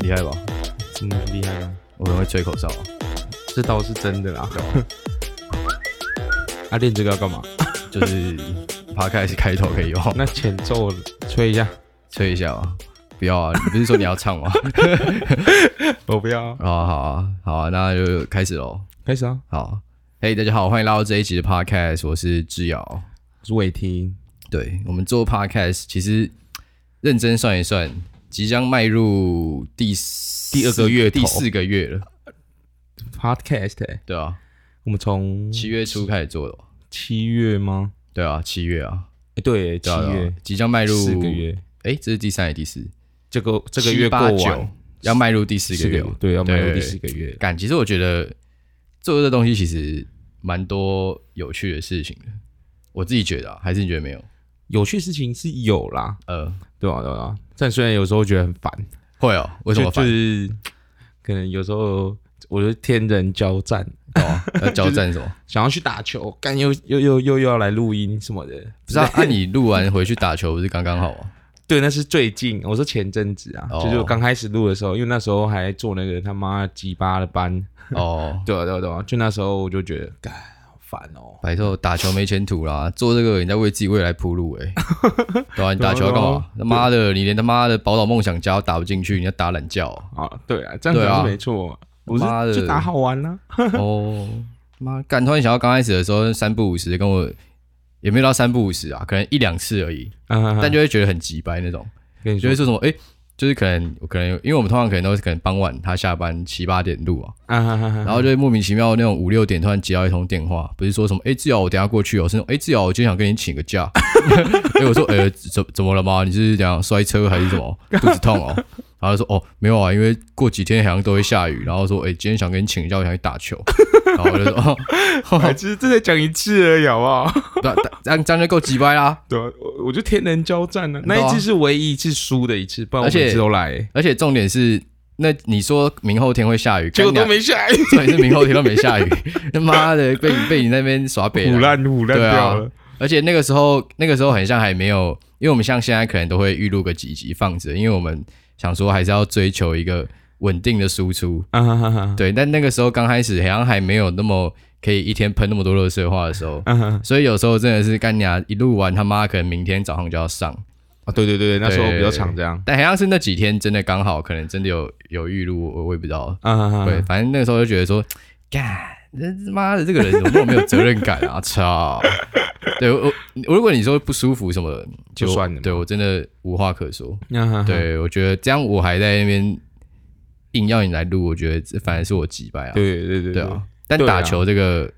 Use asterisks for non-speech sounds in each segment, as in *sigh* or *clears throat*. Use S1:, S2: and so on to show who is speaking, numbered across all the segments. S1: 厉害吧？嗯
S2: 真的厉害吗？
S1: 我很会吹口哨、啊，
S2: 这倒是真的啦。 *laughs* 啊，练这个要干嘛？
S1: 就是爬开始开头可以用， *laughs*
S2: 那前奏吹一下，
S1: 吹一下啊。不要啊！你不是说你要唱吗？ *laughs*
S2: 我不要。
S1: 啊、好啊，好啊，那就开始喽。
S2: 开始啊，
S1: 好，嘿、大家好，欢迎来到这一集的 podcast，我是智瑶。
S2: 我是伟霆。
S1: 对我们做 podcast，其实认真算一算，即将迈入第四
S2: 第二个月头
S1: 第四个月了，
S2: Podcast，、欸、
S1: 对啊，
S2: 我们从
S1: 七月初开始做的，
S2: 七月吗？
S1: 对啊，七月啊，
S2: 哎、对欸，七
S1: 对啊，对
S2: 月
S1: 啊即将迈入
S2: 四个，月，
S1: 哎，这是第三还是第四？
S2: 这个这个月
S1: 七
S2: 过
S1: 八九
S2: 完，
S1: 要迈入第四个月了，
S2: 对，要迈入第
S1: 对
S2: 四个月了。
S1: 感，其实我觉得做这东西其实蛮多有趣的事情的，我自己觉得、啊，还是你觉得没有？
S2: 有趣事情是有啦，
S1: 呃，
S2: 对啊，对啊。但虽然有时候觉得很烦，
S1: 会哦，为什么
S2: 就
S1: 烦
S2: 就？是可能有时候我就天人交战，
S1: 哦，要交战什么？
S2: 想要去打球，干又又又又又要来录音什么的，
S1: 不是啊，啊你录完回去打球不是刚刚好吗？
S2: 对，那是最近，我说前阵子啊，
S1: 哦
S2: 就是我刚开始录的时候，因为那时候还做那个他妈鸡巴的班，
S1: 哦，
S2: 对啊对啊对啊，就那时候我就觉得，干好烦哦，
S1: 白昼打球没前途啦，做这个人家为自己未来铺路哎、对啊，你打球要干嘛？他妈的，你连他妈的宝岛梦想家都打不进去，你要打懒觉
S2: *laughs*
S1: 哦、
S2: 啊，对啊，这样
S1: 对啊
S2: 讲是没错，我
S1: 妈的
S2: 是就打好玩啊啦、
S1: 哦，妈，干！突然想到刚开始的时候三不五时跟我，也没有到三不五时啊，可能一两次而已，
S2: 啊，
S1: 但就会觉得很急掰那种，
S2: 跟你
S1: 就
S2: 说
S1: 会，说什么哎、就是可能我可能因为我们通常可能都是可能傍晚他下班七八点录啊，
S2: 啊哈哈哈，
S1: 然后就会莫名其妙那种五六点突然接到一通电话，不是说什么哎、志尧我等一下过去哦，是那种哎、志尧我今天想跟你请个假， *laughs* 哎、我说呃、怎怎么了吗？你是怎样摔车还是什
S2: *laughs*
S1: 么肚子痛哦？然后就说哦没有啊，因为过几天好像都会下雨，然后说哎、今天想跟你请假，我想去打球， *laughs* 然后我就说哦，
S2: 白痴，这才讲一次而已，好不好？
S1: 那这样这样就够急掰啦。
S2: 对啊，我我就天人交战了、
S1: 对啊
S2: 那一次是唯一一次输的一次，不然我
S1: 而且
S2: 每次都来、欸
S1: 而且重点是，那你说明后天会下雨，
S2: 结果
S1: 干
S2: 都
S1: 你娘，
S2: 没下来，
S1: 重点是明后天都没下雨， *laughs* 他妈的被被你那边耍北
S2: 腐
S1: 了。
S2: 烂腐烂
S1: 对啊
S2: 掉了，
S1: 而且那个时候，那个时候很像还没有，因为我们像现在可能都会预录个几集放着，因为我们想说还是要追求一个稳定的输出。
S2: 啊哈哈哈，
S1: 对，但那个时候刚开始好像还没有那么可以一天喷那么多热色话的时候，
S2: 啊哈哈，
S1: 所以有时候真的是干娘一录完他妈可能明天早上就要上，
S2: 啊对对对，那时候比较常这样，
S1: 但好像是那几天真的刚好可能真的有有预录，我我也不知道。
S2: 啊哈哈，
S1: 对，反正那个时候就觉得说，干，这他妈的这个人怎么那么没有责任感啊！ *laughs* 操！对我，我如果你说不舒服什么的，
S2: 就算了嘛
S1: 对我真的无话可说。
S2: 啊哈哈，
S1: 对我觉得这样，我还在那边硬要你来录，我觉得这反而是我击败啊。
S2: 对对对
S1: 对
S2: 对
S1: 啊，，但
S2: 对啊
S1: 打球这个，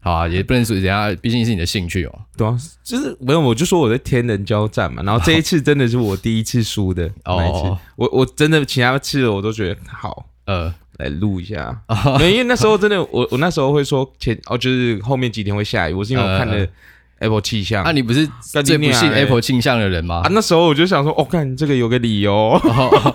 S1: 好啊，也不能说人家，毕竟是你的兴趣哦。
S2: 对啊，就是没有，我就说我在天人交战嘛，然后这一次真的是我第一次输的
S1: 哦
S2: 那一次，我我真的其他次我都觉得好
S1: 呃，
S2: 来录一下， *laughs* 没有因为那时候真的我我那时候会说前哦就是后面几天会下雨，我是因为我看
S1: 呃
S2: 了 Apple 气象
S1: 那
S2: 啊
S1: 你不是
S2: 干
S1: 最
S2: 你
S1: 不
S2: 娘
S1: 信
S2: 嘞
S1: Apple 倾向的人吗？
S2: 那时候我就想说哦看这个有个理由，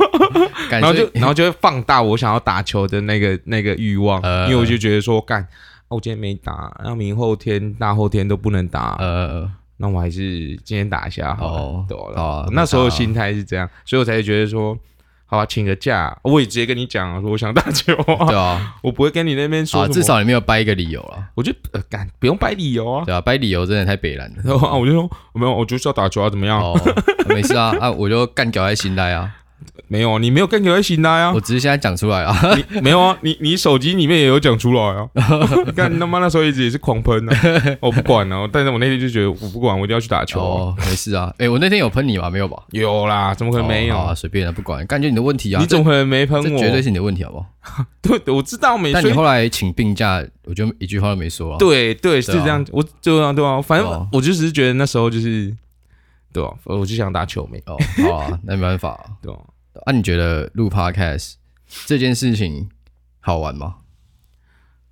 S1: *laughs* 感
S2: 然
S1: *laughs*
S2: 后就
S1: 觉
S2: 然后就会放大我想要打球的那个那个欲望，
S1: 呃
S2: 因为我就觉得说干。哦我今天没打，那明后天、大后天都不能打，
S1: 呃，
S2: 那我还是今天打一下好了，
S1: 哦
S2: 对了、
S1: 好啊
S2: 那时候
S1: 那
S2: 的
S1: 打啊
S2: 心态是这样，所以我才觉得说，好啊，请个假，我也直接跟你讲啊，说我想打球 *laughs*
S1: *laughs*
S2: 啊，
S1: 对啊。
S2: 我不会跟你那边说
S1: 啊，
S2: 什么，
S1: 至少你没有掰一个理由啊了，
S2: 我就呃，干不用掰理由啊，
S1: 对啊，掰理由真的太北蓝了。
S2: *laughs* 然后啊，我就说我没有，我就是要打球啊，怎么样？
S1: 哦，没事啊，啊，我就干屌在心来啊，
S2: 没有，你没有跟你会醒来啊
S1: 我，只是现在讲出来啊， *laughs*
S2: 你没有啊，你你手机里面也有讲出来啊，干你他妈那时候一直也是狂喷啊，我不管了、但是我那天就觉得我不管，我一定要去打球啊、
S1: 哦，没事啊，哎，我那天有喷你吗？没有吧？
S2: 有啦，怎么可能没有？
S1: 哦好啊，随便啊，不管，感觉你的问题啊，
S2: 你怎么可能没喷
S1: 这这
S2: 我？
S1: 绝对是你的问题，好不好？
S2: 对，我知道没。
S1: 但
S2: 所
S1: 你
S2: 以
S1: 后来请病假，我就一句话都没说啊。
S2: 对对，是
S1: 对啊
S2: 这样，我就这样对啊，反正
S1: 对啊
S2: 我就只是觉得那时候就是，对啊，我就想打球没，
S1: 哦，好啊，那没办法啊。
S2: 对啊，
S1: 啊，你觉得录 podcast 这件事情好玩吗？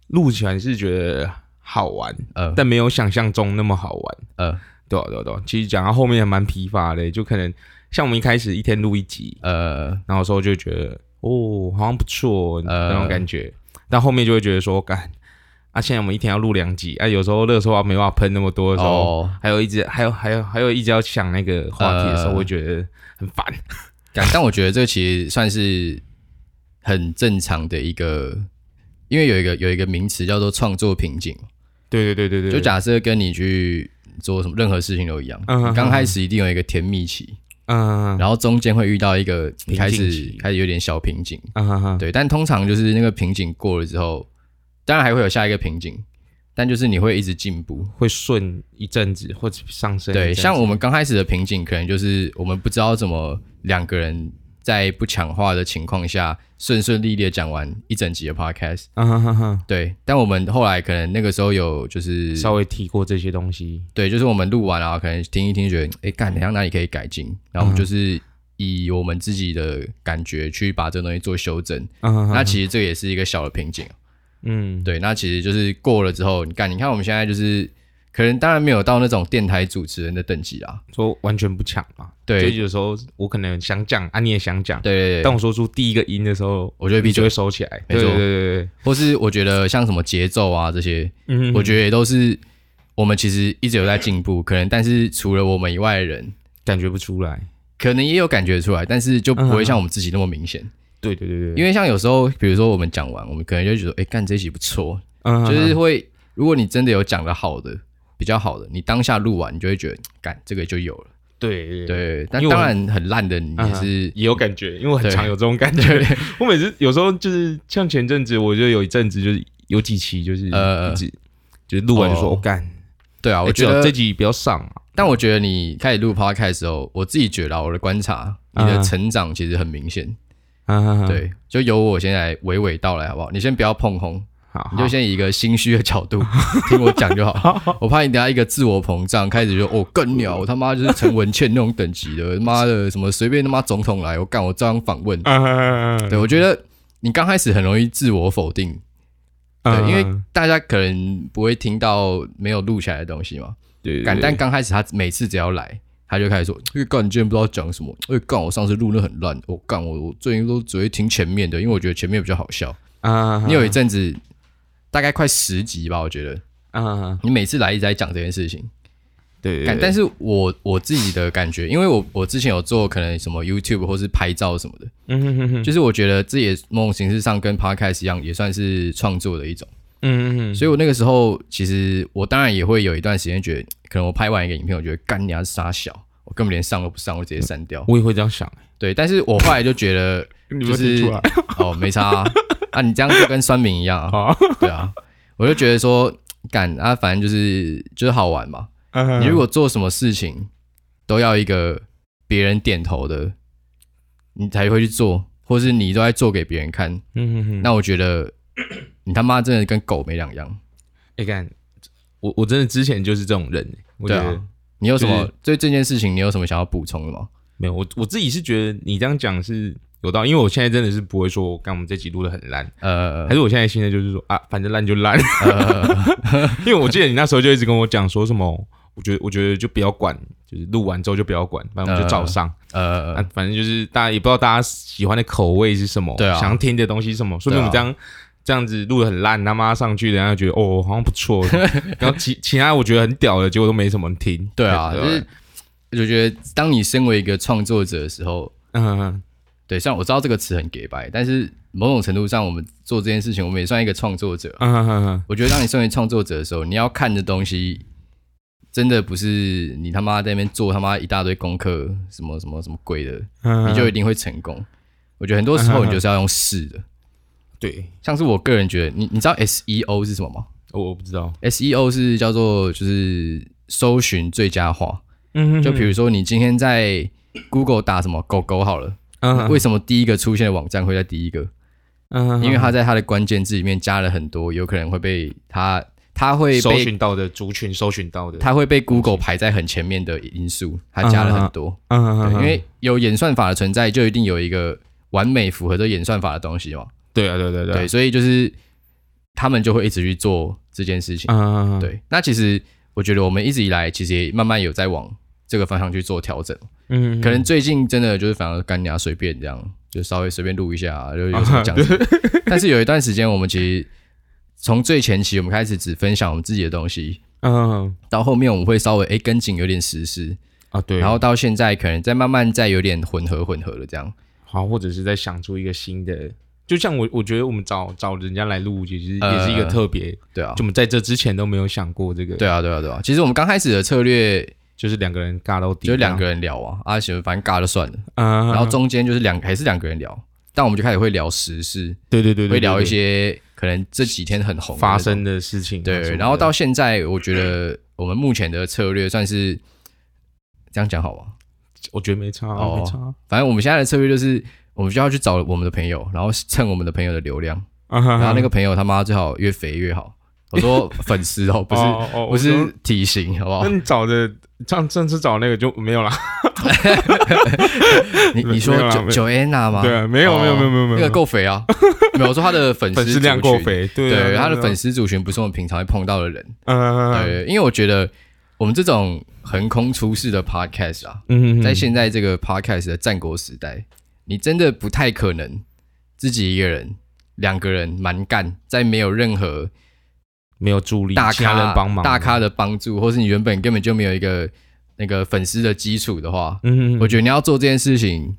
S2: 录起来是觉得好玩，
S1: 呃
S2: 但没有想象中那么好玩，
S1: 呃
S2: 对啊对啊对啊，其实讲到后面也蛮疲乏的，就可能像我们一开始一天录一集，
S1: 呃，
S2: 然后说就觉得哦好像不错
S1: 呃
S2: 那种感觉，但后面就会觉得说干。啊，现在我们一天要录两集啊，有时候热搜啊没办法喷那么多的时候，
S1: 哦，
S2: 还有一直还有还有还有一直要想那个话题的时候，
S1: 呃
S2: 我会觉得很烦。
S1: 干但我觉得这其实算是很正常的一个，因为有一个有一个名词叫做创作瓶颈，
S2: 对对对对对，
S1: 呃就假设跟你去做什么任何事情都一样，
S2: 嗯哼
S1: 你刚开始一定有一个甜蜜期，
S2: 嗯
S1: 然后中间会遇到一个你开
S2: 瓶
S1: 始
S2: 颈期
S1: 开始有点小瓶颈，
S2: 啊哈哈，
S1: 对，但通常就是那个瓶颈过了之后，当然还会有下一个瓶颈，但就是你会一直进步。
S2: 会顺一阵子或者上升一阵
S1: 对，
S2: 子。
S1: 像我们刚开始的瓶颈，可能就是我们不知道怎么两个人在不抢话的情况下，顺顺利利的讲完一整集的 podcast。
S2: 啊哈哈哈，
S1: 对，但我们后来可能那个时候有就是
S2: 稍微提过这些东西，
S1: 对，就是我们录完啊，可能听一听，觉得哎，干，好像哪里可以改
S2: 嗯
S1: 进，然后我们就是以我们自己的感觉去把这个东西做修正。
S2: 啊哈哈，
S1: 那其实这也是一个小的瓶颈。啊
S2: 嗯，
S1: 对，那其实就是过了之后，你看，你看我们现在就是，可能当然没有到那种电台主持人的等级啊。
S2: 说完全不抢嘛，
S1: 对
S2: 就有时候我可能想讲啊，你也想讲，
S1: 对对对，
S2: 当我说出第一个音的时候，
S1: 我觉得
S2: 你
S1: 比
S2: 就
S1: 较，
S2: 会收起来，
S1: 没
S2: 对
S1: 错
S2: 对对对，
S1: 或是我觉得像什么节奏啊这些，
S2: 嗯
S1: 我觉得也都是我们其实一直有在进步，可能但是除了我们以外的人，
S2: 感觉不出来，
S1: 可能也有感觉出来，但是就不会
S2: 嗯
S1: 像我们自己那么明显。
S2: 对对对对，
S1: 因为像有时候，比如说我们讲完，我们可能就觉得，哎，干这一集不错，
S2: 为
S1: 就是会，如果你真的有讲的好的。比较好的，你当下录完，你就会觉得，干这个就有了。
S2: 对对，
S1: 对，但
S2: 因为我
S1: 当然很烂的，你也
S2: 嗯
S1: 是
S2: 也有感觉，因为我很
S1: 对
S2: 常有这种感觉。 *laughs* 我每次有时候就是像前阵子，我就有一阵子就是有几期就是
S1: 呃
S2: 一直就是录完就
S1: 哦
S2: 说我干，
S1: 对啊，
S2: 哎
S1: 我觉
S2: 最好
S1: 得，
S2: 这集不要上啊。
S1: 但我觉得你开始录 podcast 的时候，我自己觉得啊我的观察，你的
S2: 嗯
S1: 成长其实很明显。
S2: 啊哈哈，
S1: 对，就由我先来娓娓道来，好不好？你先不要碰红，
S2: 好，
S1: 你就
S2: 好
S1: 先以一个心虚的角度听我讲就好。我怕你等下一个自我膨胀，开始就哦更鸟，我他妈就是陈文茜那种等级的，妈的什么随便他妈总统来，我干我照样访问。
S2: 啊哈哈哈
S1: 对，我觉得你刚开始很容易自我否定，对，
S2: 啊
S1: 因为大家可能不会听到没有录下来的东西嘛。
S2: 对嗯对
S1: 干，但
S2: 对
S1: 刚开始他每次只要来，他就开始说：“哎，干，你今天不知道讲什么？哎，干，我上次录那很烂。我、干，我我最近都只会听前面的，因为我觉得前面比较好笑。
S2: 啊哈哈，
S1: 你有一阵子大概快十集吧，我觉得
S2: 啊哈哈，
S1: 你每次来一直在讲这件事情。
S2: 对，
S1: 干，但
S2: 是
S1: 是我我自己的感觉，因为我我之前有做可能什么 YouTube 或是拍照什么的，
S2: 嗯哼哼哼，
S1: 就是我觉得这也某种形式上跟 Podcast 一样，也算是创作的一种。
S2: 嗯哼哼，
S1: 所以我那个时候，其实我当然也会有一段时间觉得，可能我拍完一个影片，我觉得干你还是傻小，我根本连上都不上，我直接删掉。
S2: 我也会这样想，
S1: 对，但是我后来就觉得，
S2: 你
S1: 就
S2: 有没有
S1: 是
S2: 听出 *laughs* 来
S1: 哦，没差啊，啊你这样就跟酸民一样
S2: *laughs*
S1: 啊，
S2: 好，
S1: 对啊，我就觉得说干啊，反正就是就是好玩嘛。你如
S2: 果
S1: 果做什么事情都要一个别人点头的，你才会去做，或是你都在做给别人看，
S2: 嗯哼哼，
S1: 那我觉得你他妈真的跟狗没两样。
S2: 哎干，我我真的之前就是这种人，我觉
S1: 对啊
S2: 得
S1: 你有什么、
S2: 就
S1: 对这件事情，你有什么想要补充的吗？
S2: 没有，我我自己是觉得你这样讲是有道理，因为我现在真的是不会说我干我们这集录的很烂，
S1: 呃
S2: 还是我现在现在就是说啊，反正烂就烂，
S1: 呃，
S2: *laughs* 因为我记得你那时候就一直跟我讲说什么，我觉得我觉得就不要管，就是录完之后就不要管，反正我们就照上，
S1: 呃，
S2: 啊，反正就是大家也不知道大家喜欢的口味是什么，
S1: 对啊
S2: 想听的东西是什么，说明我们这
S1: 对啊
S2: 样。这样子录的很烂，他妈上去人家就觉得哦好像不错， *laughs* 然后其其他我觉得很屌的，结果都没什么人听。
S1: 对啊，就
S2: 哎对
S1: 是我觉得当你身为一个创作者的时候，
S2: 嗯，嗯
S1: 对，像我知道这个词很给白，但是某种程度上，我们做这件事情，我们也算一个创作者。
S2: 嗯嗯
S1: 我觉得当你身为创作者的时候，你要看的东西。真的不是你他妈在那边做他妈一大堆功课，什么什么什么鬼的，
S2: 嗯，
S1: 你就一定会成功。我觉得很多时候你就是要用试的，
S2: 对，
S1: 像是我个人觉得，你你知道 SEO 是什么吗？
S2: 我我不知道，
S1: SEO E 是叫做就是搜寻最佳化，
S2: 嗯
S1: 就比如说你今天在 Google 打什么狗狗好了，
S2: 嗯，
S1: 为什么第一个出现的网站会在第一个？
S2: 嗯，
S1: 因为它在它的关键字里面加了很多，有可能会被它它会
S2: 搜
S1: 被
S2: 寻到的族群搜寻到的，
S1: 它会被 Google 排在很前面的因素，它加了很多。
S2: 嗯
S1: 对，因为有演算法的存在，就一定有一个完美符合这演算法的东西嘛。
S2: 对啊，对对
S1: 对，，所以就是他们就会一直去做这件事情。
S2: 嗯，
S1: 对，那其实我觉得我们一直以来其实也慢慢有在往这个方向去做调整，
S2: 嗯，
S1: 可能最近真的就是反而干牙随便这样，就稍微随便录一下，啊就有什么
S2: 啊
S1: 讲什么。但是有一段时间，我们其实从最前期我们开始只分享我们自己的东西，
S2: 嗯
S1: 到后面我们会稍微哎跟紧有点实施，
S2: 啊，对，
S1: 然后到现在可能再慢慢再有点混合混合了这样。
S2: 好，或者是在想出一个新的，就像我我觉得我们找找人家来录，其实也是一个
S1: 呃
S2: 特别，
S1: 对啊
S2: 就，我们在这之前都没有想过这个，，
S1: 对啊，对啊，对啊。其实我们刚开始的策略
S2: 就是两个人尬到底，
S1: 就是两个人聊啊，啊，行，反正尬就算了。
S2: 啊，
S1: 然后中间就是两还是两个人聊，但我们就开始会聊时事，
S2: 对对对对，
S1: 会聊一
S2: 对
S1: 些可能这几天很红的
S2: 发
S1: 那种
S2: 生的事情啊什么的，
S1: 对，然后到现在，我觉得我们目前的策略算是这样讲好吧？
S2: 我觉得没差，
S1: 哦
S2: 没差
S1: 反正我们现在的策略就是，我们就要去找我们的朋友，然后蹭我们的朋友的流量，
S2: 啊哈哈，
S1: 然后那个朋友他妈最好越肥越好。我说粉丝
S2: *laughs*
S1: 哦，不是
S2: 哦哦
S1: 不
S2: 我说
S1: 是哦体型，好不
S2: 那
S1: 好？
S2: 你找的上上次找那个就没有啦，
S1: 你你说
S2: 没有啦
S1: 九
S2: 没有
S1: 九 Anna 吗？
S2: 对，啊没有
S1: 哦
S2: 没有没有没有没有，
S1: 那个够肥啊，没有我说他的粉
S2: *laughs* 粉
S1: 丝
S2: 丝量
S1: 族
S2: 够
S1: 群，
S2: 肥，对啊
S1: 对他的粉
S2: 丝，
S1: 丝族群不是我们平常会碰到的人，
S2: 呃，
S1: 对，因为我觉得我们这种横空出世的 podcast 啊，
S2: 嗯，
S1: 在现在这个 podcast 的战国时代，你真的不太可能自己一个人、两个人蛮干，在没有任何
S2: 没有助力，
S1: 大
S2: 其他
S1: 咖
S2: 人帮忙，
S1: 大，咖的帮助，或是你原本根本就没有一个那个粉丝的基础的话，
S2: 嗯，
S1: 我觉得你要做这件事情，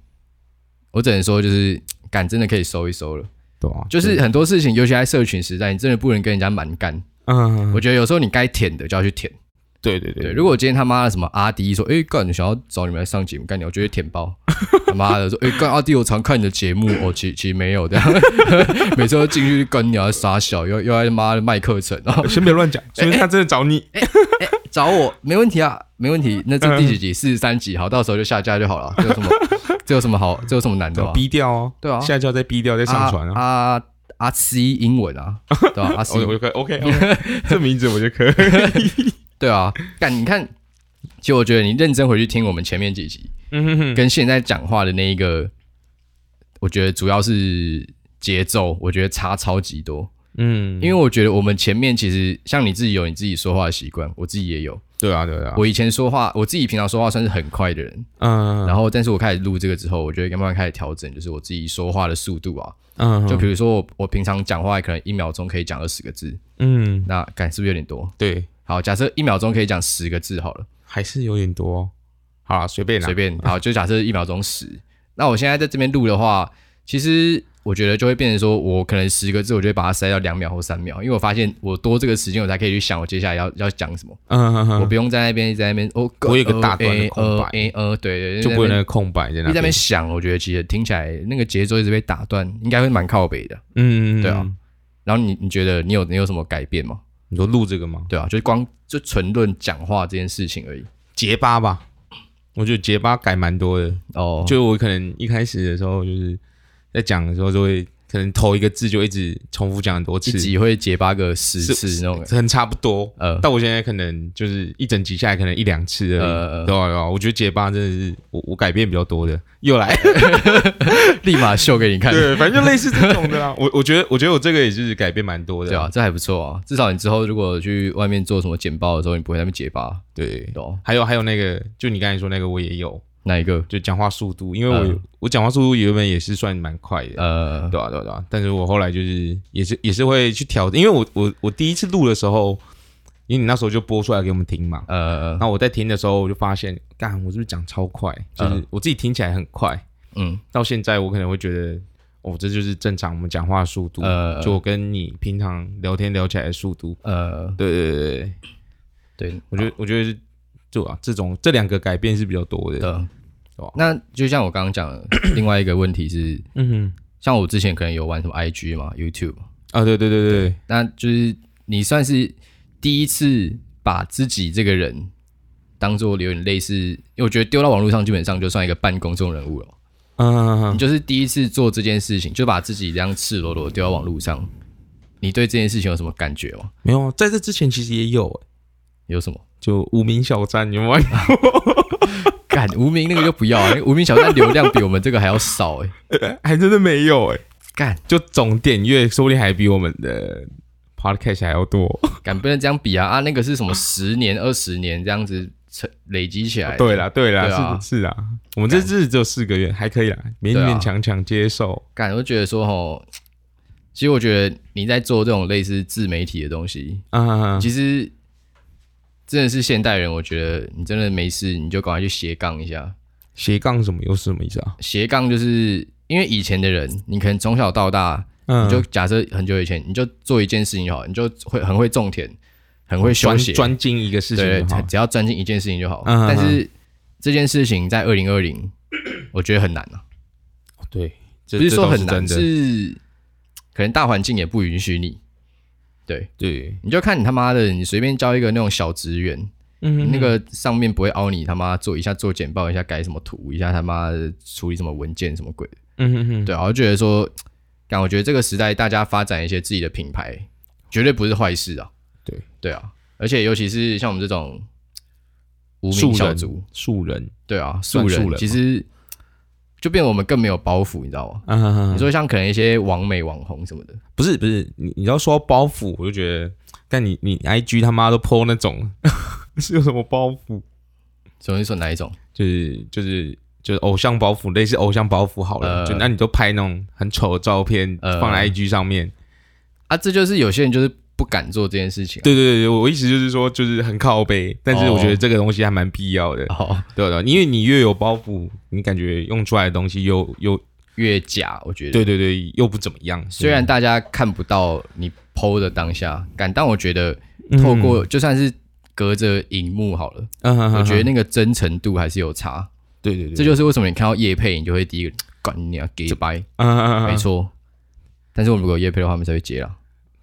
S1: 我只能说就是干真的可以收一收了。
S2: 对啊，
S1: 就是很多事情，尤其在社群时代，你真的不能跟人家蛮干。
S2: 嗯，
S1: 我觉得有时候你该舔的就要去舔。
S2: 对对对
S1: 对，，如果今天他妈的什么阿迪说，哎、干，想要找你们来上节目，干你，我觉得舔包， *laughs* 他妈的说，哎、干阿迪，我常看你的节目，哦，其其实没有这样， *laughs* 每次都进去干你啊，傻小，又又在妈的卖课程，然后
S2: 先别乱讲，
S1: *laughs* 哎
S2: 所以他真的找你，
S1: 找我没问题啊，没问题，那这第几集？
S2: 嗯
S1: 四十三集，好，到时候就下架就好了，这有什么， *laughs* 这有什么好，这有什么难的吗？
S2: 逼掉哦，
S1: 对啊
S2: 下一教再逼掉再上传啊。哦
S1: 啊啊 C 英文啊，对吧、啊
S2: *laughs*
S1: C
S2: 我我就可以
S1: *laughs*
S2: OK，, OK，这名字我就可以。
S1: 对啊，干你看，其实我觉得你认真回去听我们前面几集，
S2: 嗯哼哼，
S1: 跟现在讲话的那一个，我觉得主要是节奏，我觉得差超级多。
S2: 嗯，
S1: 因为我觉得我们前面其实像你自己有你自己说话的习惯，我自己也有。
S2: 对啊对啊，
S1: 我以前说话，我自己平常说话算是很快的人，
S2: 嗯
S1: 然后但是我开始录这个之后，我觉得慢慢开始调整，就是我自己说话的速度啊。
S2: 嗯
S1: 就比如说我我平常讲话可能一秒钟可以讲二十个字，
S2: 嗯
S1: 那感是不是有点多？
S2: 对，
S1: 好，假设一秒钟可以讲十个字好了。
S2: 还是有点多哦。好啦，随便啦
S1: 随，便，好，就假设一秒钟十。那我现在在这边录的话，其实我觉得就会变成说，我可能十个字，我就会把它塞到两秒或三秒，因为我发现我多这个时间，我才可以去想我接下来要要讲什么，
S2: 嗯嗯
S1: 我
S2: 嗯，
S1: 不用在那边一直在那边哦，
S2: 我有一个大段的空白
S1: 呃诶呃，对对，
S2: 就不会
S1: 在那
S2: 有那
S1: 边
S2: 个空白在
S1: 一直在
S2: 那
S1: 那
S2: 边
S1: 边。想，我觉得其实听起来那个节奏一直被打断，应该会蛮靠北的。
S2: 嗯，
S1: 对啊。然后你你觉得你有你有什么改变吗？
S2: 你说录这个吗？
S1: 对啊，就是光就纯论讲话这件事情而已。
S2: 结巴吧，我觉得结巴改蛮多的。
S1: 哦，
S2: 就我可能一开始的时候，就是在讲的时候，就会可能头一个字就一直重复讲很多
S1: 一
S2: 次，
S1: 集会结巴个十
S2: 是
S1: 次那种。
S2: 很差不多。
S1: 呃，
S2: 但我现在可能就是一整集下来，可能一两次而已，
S1: 呃呃
S2: 对吧、对吧？我觉得结巴真的是我我改变比较多的，又来，
S1: 立马秀给你看。
S2: *laughs* 对，反正就类似这种的啦。 *laughs* 我我觉得我觉得我这个也是改变蛮多的，
S1: 对啊，这还不错啊，至少你之后如果去外面做什么简报的时候，你不会在那边结巴，
S2: 对。
S1: 对哦，
S2: 还有还有那个，就你刚才说那个我也有，
S1: 哪一个？
S2: 就讲话速度，因为我、
S1: 嗯
S2: 我讲话速度原本也是算蛮快的，
S1: 呃，
S2: 对啊，对啊，对啊。但是我后来就是也是也是会去调整，因为我我我第一次录的时候，因为你那时候就播出来给我们听嘛，
S1: 呃，
S2: 那我在听的时候我就发现，干，我是不是讲超快？就是我自己听起来很快，
S1: 嗯，
S2: 到现在我可能会觉得，哦，这就是正常我们讲话的速度，
S1: 呃
S2: 就我跟你平常聊天聊起来的速度。
S1: 呃，
S2: 对对对对，
S1: 对，
S2: 我觉得我觉得是，就啊，这种这两个改变是比较多的。
S1: 的
S2: 对啊。
S1: 呃那就像我刚刚讲 *coughs* 的，另外一个问题是，
S2: 嗯
S1: 像我之前可能有玩什么 IG 嘛、YouTube，
S2: 哼，啊，对对对对对，
S1: 那就是你算是第一次把自己这个人当做有点类似，因为我觉得丢到网络上基本上就算一个半公众人物了。
S2: 嗯
S1: 你，就是第一次做这件事情，就把自己这样赤裸裸地丢到网络上，你对这件事情有什么感觉吗？
S2: 没有啊，在这之前其实也有、欸
S1: 有什么？
S2: 就无名小站，你们玩
S1: 干无名那个就不要、啊，
S2: *laughs*
S1: 那个无名小站流量比我们这个还要少哎、
S2: 还真的没有哎、
S1: 干
S2: 就总点阅说不定还比我们的 podcast 还要多。
S1: 敢不能这样比啊啊！那个是什么十年、二十年这样子成累积起来？
S2: 对，啦对啦，
S1: 对啊
S2: 是是啊，我们这次只有四个月，还可以啦，勉
S1: 对啊
S2: 勉强强接受。
S1: 干我就觉得说吼，其
S2: 嗯
S1: 实我觉得你在做这种类似自媒体的东西，
S2: 啊，
S1: 其实真的是现代人，我觉得你真的没事，你就赶快去斜杠一下。
S2: 斜杠是什么又是什么意思啊？
S1: 斜杠就是因为以前的人，你可能从小到大，
S2: 嗯，
S1: 你就假设很久以前，你就做一件事情就好，你就会很会种田，很会
S2: 专
S1: 撰写，
S2: 专精一个事情
S1: 对，
S2: 就好
S1: 只只要专精一件事情就好。
S2: 嗯嗯嗯
S1: 但是这件事情在二零二零，我觉得很难啊，
S2: 对，
S1: 不
S2: 这
S1: 是
S2: 这
S1: 说
S2: 倒
S1: 很难，
S2: 真的
S1: 是可能大环境也不允许你。对，
S2: 对，
S1: 你就看你他妈的，你随便交一个那种小职员，
S2: 嗯
S1: 那个上面不会凹你他妈做一下做简报，一下改什么图，一下他妈的处理什么文件什么鬼的。
S2: 嗯哼哼，
S1: 对啊，我就觉得说，感我觉得这个时代大家发展一些自己的品牌，绝对不是坏事啊。
S2: 对
S1: 对啊，而且尤其是像我们这种无
S2: 素
S1: 名小
S2: 人
S1: 卒，
S2: 素人，
S1: 对啊，
S2: 算
S1: 素人
S2: 素人
S1: 其实就变我们更没有包袱，你知道吗？
S2: 嗯哼哼
S1: 你说像可能一些网美网红什么的，
S2: 不是不是，你你要说包袱，我就觉得，但你你 I G 他妈都 PO 那种， *laughs* 是有什么包袱？
S1: 所以说哪一种？
S2: 就是就是就是偶像包袱，类似偶像包袱好了，
S1: 呃
S2: 就那你都拍那种很丑的照片、
S1: 呃
S2: 放在 I G 上面。
S1: 啊，这就是有些人就是不敢做这件事情啊、
S2: 对对对，对我意思就是说，就是很靠背，但是
S1: 哦
S2: 我觉得这个东西还蛮必要的，
S1: 哦，
S2: 对的，因为你越有包袱，你感觉用出来的东西又又
S1: 越假，我觉得。
S2: 对对对，又不怎么样。
S1: 虽然大家看不到你剖的当下，感，但我觉得
S2: 嗯
S1: 透过、就算是隔着荧幕好了，
S2: 嗯哼哼哼
S1: 我觉得那个真诚度还是有差。
S2: 对对对，
S1: 这就是为什么你看到叶配，你就会第一个管你要给掰，
S2: 嗯嗯嗯
S1: 没错。但是我们如果有叶配的话，我们才会接啦。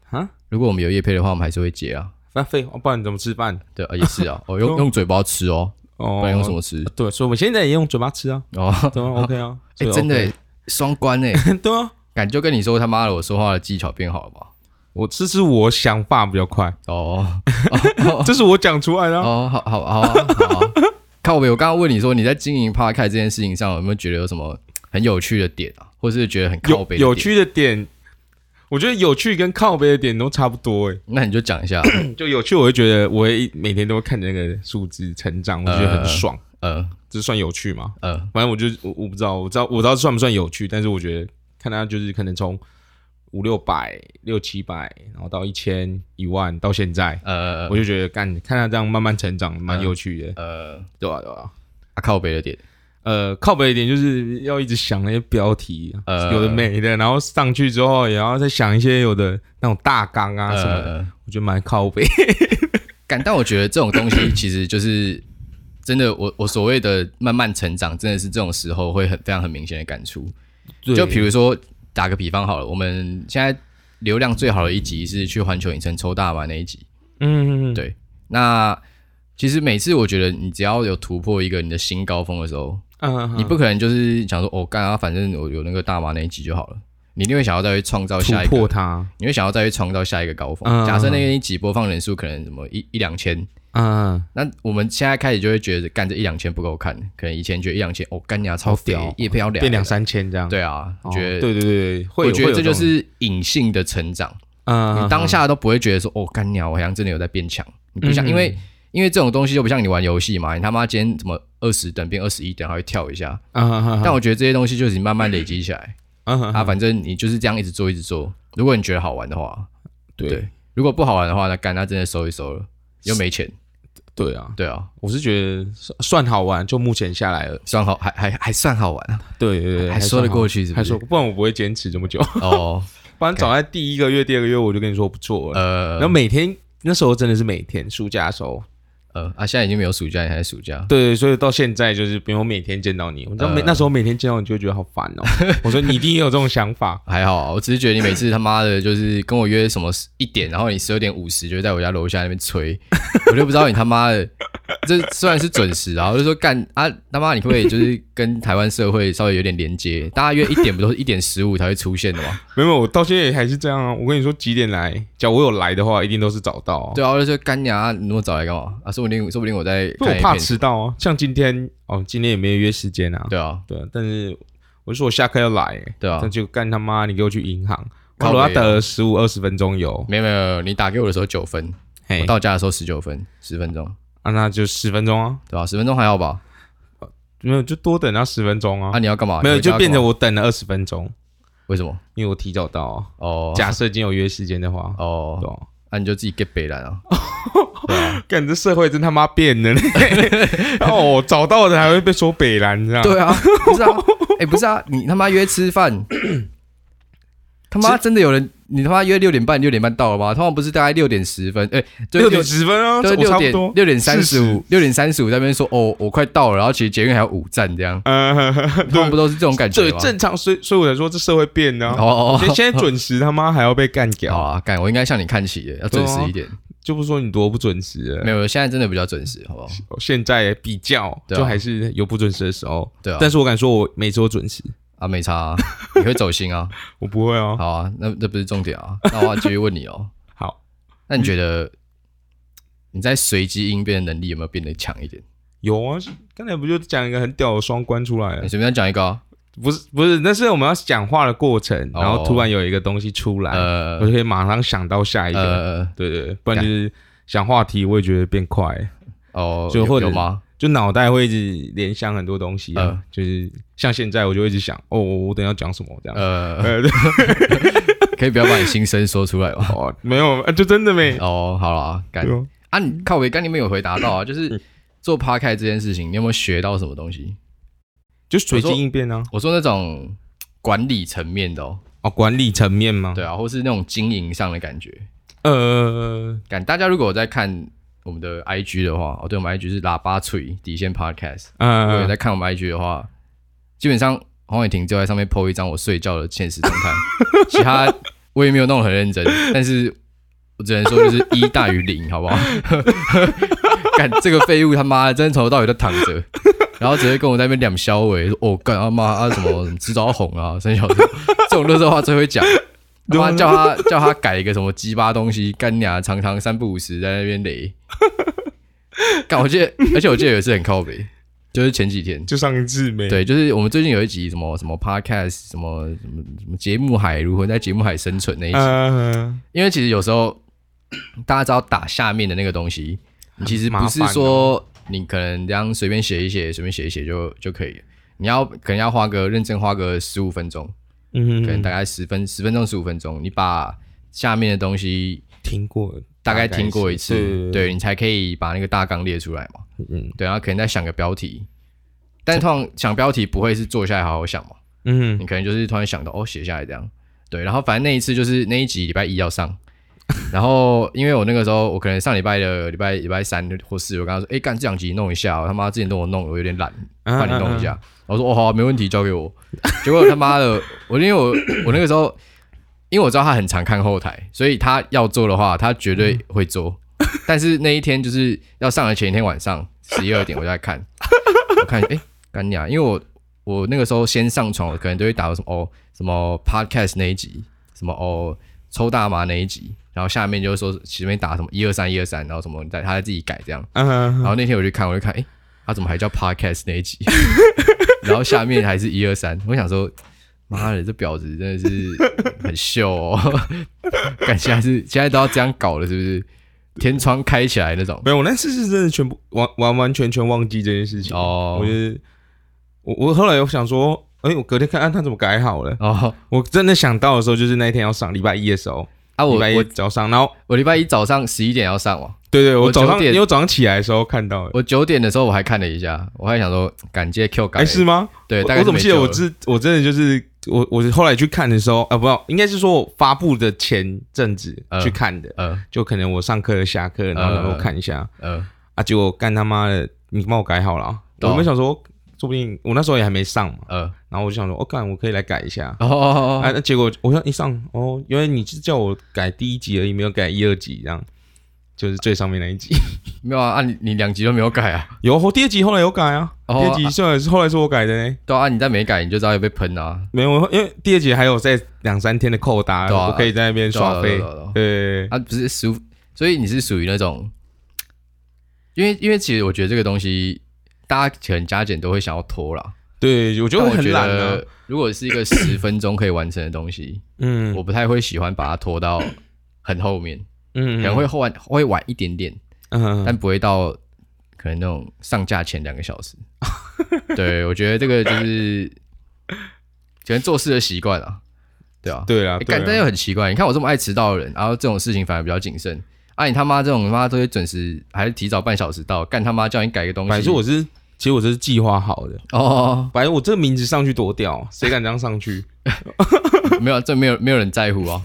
S2: 啊，
S1: 如果我们有叶配的话，我们还是会接啊。
S2: 那废话，不然你怎么吃饭？
S1: 对，啊也是啊，
S2: *laughs*
S1: 哦，用用嘴巴吃哦，
S2: 哦
S1: 不然用什么吃？
S2: 对，所以我们现在也用嘴巴吃啊，
S1: *laughs*
S2: *laughs*
S1: 哦，
S2: 对啊，OK *laughs* 啊，
S1: 哎，真的耶双关哎，
S2: 的，对啊，
S1: 感觉跟你说他妈的，我说话的技巧变好了吧？
S2: 我这是我想法比较快， *laughs*
S1: 哦
S2: 这是我讲出来的啊，
S1: 哦，好好好啊好啊。靠北，我刚刚问你说你在经营 p a r k 这件事情上有没有觉得有什么很有趣的点啊，或是觉得很靠
S2: 有
S1: 北的
S2: 有
S1: 点？
S2: 趣的点，我觉得有趣跟靠背的点都差不多诶，
S1: 那你就讲一下，
S2: 就有趣，我会觉得我会每天都会看着那个数字成长，我觉得很爽，
S1: 呃
S2: 这算有趣吗？
S1: 呃，
S2: 反正我就我我不知道，我知道我知道算不算有趣，但是我觉得看它就是可能从五六百、六七百，然后到一千、一万，到现在，
S1: 呃
S2: 我就觉得干看他这样慢慢成长，蛮有趣的，
S1: 呃，
S2: 对吧、对吧、
S1: 啊靠北的点，
S2: 呃，靠北一点就是要一直想那些标题，
S1: 呃
S2: 有的没的，然后上去之后也要再想一些有的那种大纲啊什么的，
S1: 呃，
S2: 我觉得蛮靠
S1: *laughs*
S2: 北。
S1: 感，但我觉得这种东西其实就是真的，我我所谓的慢慢成长，真的是这种时候会很非常很明显的感触。就比如说打个比方好了，我们现在流量最好的一集是去环球影城抽大麻那一集，
S2: 嗯，嗯，嗯
S1: 对那其实每次我觉得，你只要有突破一个你的新高峰的时候，
S2: 嗯嗯，
S1: 你不可能就是想说，哦，干啊，反正我有那个大麻那一集就好了，你一定会想要再去创造下一
S2: 突
S1: 个，
S2: 破它，
S1: 你会想要再去创造下一个高峰。
S2: 嗯
S1: 假设那一集播放人数可能什么一一两千，
S2: 嗯，
S1: 那我们现在开始就会觉得，干这一两千不够看，可能以前觉得一两千，哦，干牙超
S2: 好屌
S1: 屌，叶配要两
S2: 变两，三千这样，
S1: 对啊，
S2: 哦，
S1: 觉得。
S2: 对对对，
S1: 我
S2: 会有
S1: 觉得
S2: 会有
S1: 这就
S2: 种
S1: 是隐性的成长，
S2: 嗯，
S1: 你
S2: 嗯
S1: 当下都不会觉得说，哦，干鸟，我好像真的有在变强。你不像，
S2: 嗯
S1: 因为因为这种东西就不像你玩游戏嘛，你他妈今天怎么二十等变二十一等，还会跳一下。
S2: 嗯嗯嗯，
S1: 但我觉得这些东西就是你慢慢累积起来
S2: 嗯嗯
S1: 啊，反正你就是这样一直做一直做。如果你觉得好玩的话，
S2: 对
S1: 对如果不好玩的话，那干那真的收一收了，又没钱。
S2: 对啊，
S1: 对啊，
S2: 我是觉得算算好玩，就目前下来了，
S1: *laughs* 算好还还还算好玩啊，
S2: 对对对，
S1: 还说得过去是
S2: 去
S1: 不
S2: 还
S1: 是
S2: 说，？不然我不会坚持这么久，
S1: 哦，
S2: 不然早在第一个月、第二个月我就跟你说不做了，
S1: 呃
S2: 然后每天那时候真的是每天暑假的时候，
S1: 呃啊，现在已经没有暑假，你还在暑假。
S2: 对，所以到现在就是不用每天见到你。我知道每、
S1: 呃
S2: 那时候每天见到你就会觉得好烦哦、我说你一定也有这种想法，
S1: 还好啊，我只是觉得你每次他妈的，就是跟我约什么一点，然后你十二点五十就在我家楼下那边催， *laughs* 我就不知道你他妈的，这虽然是准时啊，我就说干啊他妈，你可不可以就是跟台湾社会稍微有点连接？大家约一点不都是一点十五才会出现的吗？
S2: 没有，我到现在也还是这样啊。我跟你说几点来，假如我有来的话，一定都是早到、啊。
S1: 对啊，我就说干娘、啊，你那么早来干嘛？啊，说不定说不定我在
S2: 因为
S1: 看
S2: 我
S1: 影
S2: 怕
S1: 片。
S2: 迟到啊。像今天哦，今天也没有约时间啊。
S1: 对啊，
S2: 对啊，但是我就说我下课要来、欸，
S1: 对啊
S2: 那，就干他妈你给我去银行，
S1: 靠
S2: 我
S1: 北啊
S2: 要等了十五二十分钟有，
S1: 没有没有，没有你打给我的时候九分，
S2: 嘿
S1: 我，到家的时候十九分，十分钟，
S2: 啊那就十分钟啊，
S1: 对吧、十分钟还好吧？
S2: 没有就多等那十分钟啊
S1: 啊，，你要干嘛？
S2: 没有
S1: 你回家
S2: 就变
S1: 干
S2: 成
S1: 嘛
S2: 我等了二十分钟，
S1: 为什么？
S2: 因为我提早到啊。
S1: 哦
S2: 假设今天有约时间的话，
S1: 哦
S2: 对，啊 *laughs*
S1: 那、你就自己 get 北兰啊。对啊，
S2: 干这社会真他妈变
S1: *laughs*
S2: 了嘞！哦，找到的还会被说北蓝，你知道吗？
S1: 对啊，不是啊，哎，不是啊，你他妈约吃饭，他妈真的有人，你他妈约六点半，六点半到了吗？通常不是大概六点十分，哎，就
S2: 六点十分啊，
S1: 就
S2: 我
S1: 六
S2: 差不
S1: 点
S2: 多。
S1: 六点三十
S2: 40
S1: 五，六点三十五在那边说哦，我快到了，然后其实捷运还有五站这
S2: *laughs*
S1: 样，
S2: 呃，
S1: 他们不都是这种感觉
S2: 对，
S1: 吗？
S2: 正常，所以所以我才说这社会变了啊。
S1: 哦哦
S2: 所以现在准时他妈还要被干
S1: 哦，好
S2: 掉，
S1: 啊，干，我应该向你看齐耶，要准
S2: 啊
S1: 时一点。
S2: 就不说你多不准时了
S1: 没有，现在真的比较准时，好不好？
S2: 现在比较
S1: 对啊
S2: 就还是有不准时的时候，
S1: 对啊，
S2: 但是我敢说我每周准时，
S1: 啊没差啊，你会走心啊。
S2: 我不会哦。
S1: 好啊，那那不是重点啊。那我要继续问你哦，
S2: *laughs* 好，
S1: 那你觉得你在随机应变的能力有没有变得强一点？
S2: 有啊，刚才不就讲一个很屌的双关出来了
S1: 你？随便讲一个啊，
S2: 不是不是，那是我们要讲话的过程，
S1: 哦
S2: 然后突然有一个东西出来，我
S1: 呃
S2: 就可以马上想到下一个。
S1: 呃
S2: 对对，对不然就是想话题，我也觉得变快，
S1: 哦，
S2: 就
S1: 有
S2: 或者
S1: 有吗？
S2: 就脑袋会一直联想很多东西啊、
S1: 嗯
S2: 就是像现在我就一直想，哦，我我等一下要讲什么这样。
S1: 呃，
S2: *laughs* 呃，对
S1: 可以不要把你心声说出来吗？
S2: 哦，没有，呃就真的没。
S1: 哦，好啦，干
S2: 对哦
S1: 啊，你靠北干，你没有回答到啊，就是做 p 开这件事情，你有没有学到什么东西？
S2: 就随机应变啊，
S1: 我说那种管理层面的哦，
S2: 哦，管理层面嘛，
S1: 对啊，或是那种经营上的感觉。
S2: 呃，
S1: 感大家如果有在看我们的 IG 的话，哦，对，我们 IG 是喇叭脆底线 Podcast。如果有
S2: 呃，
S1: 在看我们 IG 的话，基本上黄伟霆就在上面 PO 一张我睡觉的现实动态，其他我也没有弄得很认真，但是我只能说就是一大于零，好不 *laughs* 好？干这个废物他妈的，真的从头到尾都躺着，然后只会跟我在那边两消尾，说哦干他妈啊什么什么迟早要红啊，三小这种乐色话最会讲。他妈叫他叫他改一个什么鸡巴东西，干你啊！常常三不五时在那边雷。干，我记得，而且我记得有一次很靠北，就是前几天，
S2: 就上一次没。
S1: 对，就是我们最近有一集什么什么 podcast，什么什么什么节目海如何在节目海生存那一集，
S2: 呃，
S1: 因为其实有时候大家知道打下面的那个东西，你其实
S2: 麻
S1: 不是
S2: 烦哦
S1: 说你可能这样随便写一写，随便写一写就就可以了。你要可能要花个认真花个十五分钟，
S2: 嗯，
S1: 可能大概十分十分钟十五分钟，你把下面的东西
S2: 听过，
S1: 大概听过一次，
S2: 对，
S1: 对你才可以把那个大纲列出来嘛。
S2: 嗯
S1: 对，然后可能再想个标题，但通常想标题不会是坐下来好好想嘛，
S2: 嗯，
S1: 你可能就是突然想到哦写下来这样。对，然后反正那一次就是那一集礼拜一要上，然后因为我那个时候我可能上礼拜的礼拜礼拜三或四，我跟他说，哎、干这两集弄一下哦、他妈之前都我弄了，我有点懒，
S2: 嗯
S1: 帮你弄一下。然后说哦好啊、没问题，交给我。 *laughs* 结果他妈的，我因为我我那个时候，因为我知道他很常看后台，所以他要做的话，他绝对会做。但是那一天就是要上的前一天晚上十一二点，我就在看，我看哎干娘，因为我我那个时候先上床，我可能都会打什么哦什么 podcast 那一集，什么哦抽大麻那一集，然后下面就是说前面打什么一二三一二三，然后什么你在他在自己改这样。
S2: 嗯，嗯
S1: 然后那天我就看，我就看，哎、他怎么还叫 podcast 那一集？ *laughs* 然后下面还是一二三，我想说，妈的，这婊子真的是很秀哦！ *laughs* 感现在是现在都要这样搞了，是不是？天窗开起来那种
S2: 没有，我那次是真的全部完完完全全忘记这件事情。
S1: 哦
S2: 我就是我我后来有想说，哎、我隔天看、啊、他怎么改好了。
S1: 哦
S2: 我真的想到的时候，就是那一天要上礼拜一的时候，
S1: 啊！我
S2: 礼拜一
S1: 我
S2: 早上，然后
S1: 我礼拜一早上十一点要上网，
S2: 对对，
S1: 我
S2: 我早
S1: 九
S2: 上
S1: 点
S2: 因为我早上起来的时候看到了，
S1: 我九点的时候我还看了一下，我还想说感谢 Q 改
S2: 哎、是吗？
S1: 对，
S2: 我
S1: 大概
S2: 我怎么
S1: 是
S2: 记
S1: 没
S2: 得
S1: 救
S2: 我
S1: 了
S2: 是我真的就是我我后来去看的时候，啊，不要，应该是说我发布的前阵子
S1: 呃
S2: 去看的，
S1: 呃
S2: 就可能我上课下课，然后
S1: 呃
S2: 然后看一下，
S1: 呃
S2: 啊，结果干他妈的，你帮我改好了啊、
S1: 对啊
S2: 我们想说，说不定我那时候也还没上嘛。
S1: 呃
S2: 然后我就想说，哦，干，我可以来改一下。
S1: 哦哦哦
S2: 啊，
S1: 哦
S2: 那结果我想一上，哦，原来你是叫我改第一集而已，没有改一二集这样，就是最上面那一集。 *laughs*
S1: 没有啊，啊你你两集都没有改啊？
S2: 有后第二集后来有改啊，
S1: 哦
S2: 第二集虽然是后来是我改的呢，
S1: 对啊，啊你再没改你就知道要被喷啊！
S2: 没有，因为第二集还有在两三天的扣打，
S1: 对啊
S2: 我可以在那边
S1: 对
S2: 耍
S1: 啊
S2: 飞
S1: 对啊对啊。
S2: 对，
S1: 啊，不是属，所以你是属于那种，因为因为其实我觉得这个东西，大家可能加减都会想要拖啦。
S2: 对，我觉
S1: 但
S2: 得
S1: 我
S2: 很
S1: 觉
S2: 懒啊
S1: 得。如果是一个十分钟可以完成的东西，
S2: 嗯
S1: 我不太会喜欢把它拖到很后面，可
S2: 嗯，
S1: 能会后晚会晚一点点，
S2: 嗯，
S1: 但不会到可能那种上架前两个小时。对，我觉得这个就是 *laughs* 可能做事的习惯啊，对啊，
S2: 对啦，
S1: 欸
S2: 对啊
S1: 干、
S2: 啦
S1: 但又很奇怪，你看我这么爱迟到的人，然后这种事情反而比较谨慎。啊，你他妈这种他妈都会准时，还是提早半小时到，干他妈叫你改个东
S2: 反
S1: 西。
S2: 正我是，其实我这是计划好的。
S1: 哦，
S2: 反正我这名字上去多屌啊，谁敢这样上去？ *laughs*
S1: 没有，这没有没有人在乎啊。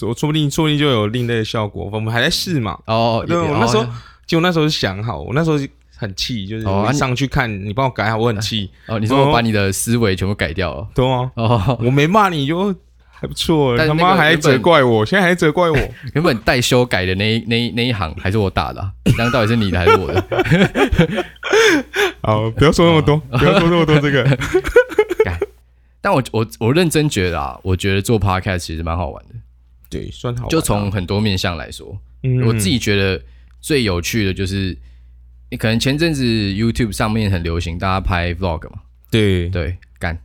S2: 我说不定，说不定就有另类的效果。我们还在试嘛。
S1: 哦，
S2: 对
S1: 也
S2: 我那时候就那时候是想好，我那时候很气，就是
S1: 哦啊
S2: 我
S1: 你
S2: 上去看你帮我改好，我很 *laughs* 气，
S1: 哦，你说我把你的思维全部改掉了。
S2: 懂吗？
S1: 哦，
S2: 我没骂你就还不错，
S1: 但
S2: 他
S1: 那个
S2: 妈还
S1: 原本
S2: 责怪我，现在还责怪 *laughs* 我，
S1: 原本待修改的那一那一那一行还是我打的啊、这样到底是你的还是我的？ *laughs*
S2: 好，不要说那么多，不要说那么多这个。
S1: 但我我我认真觉得啊，我觉得做 podcast 其实蛮好玩的，
S2: *laughs* 对，算好玩啊，
S1: 就从很多面向来说，
S2: 嗯
S1: 我自己觉得最有趣的就是，你可能前阵子 YouTube 上面很流行大家拍 vlog 嘛，
S2: 对
S1: 对，干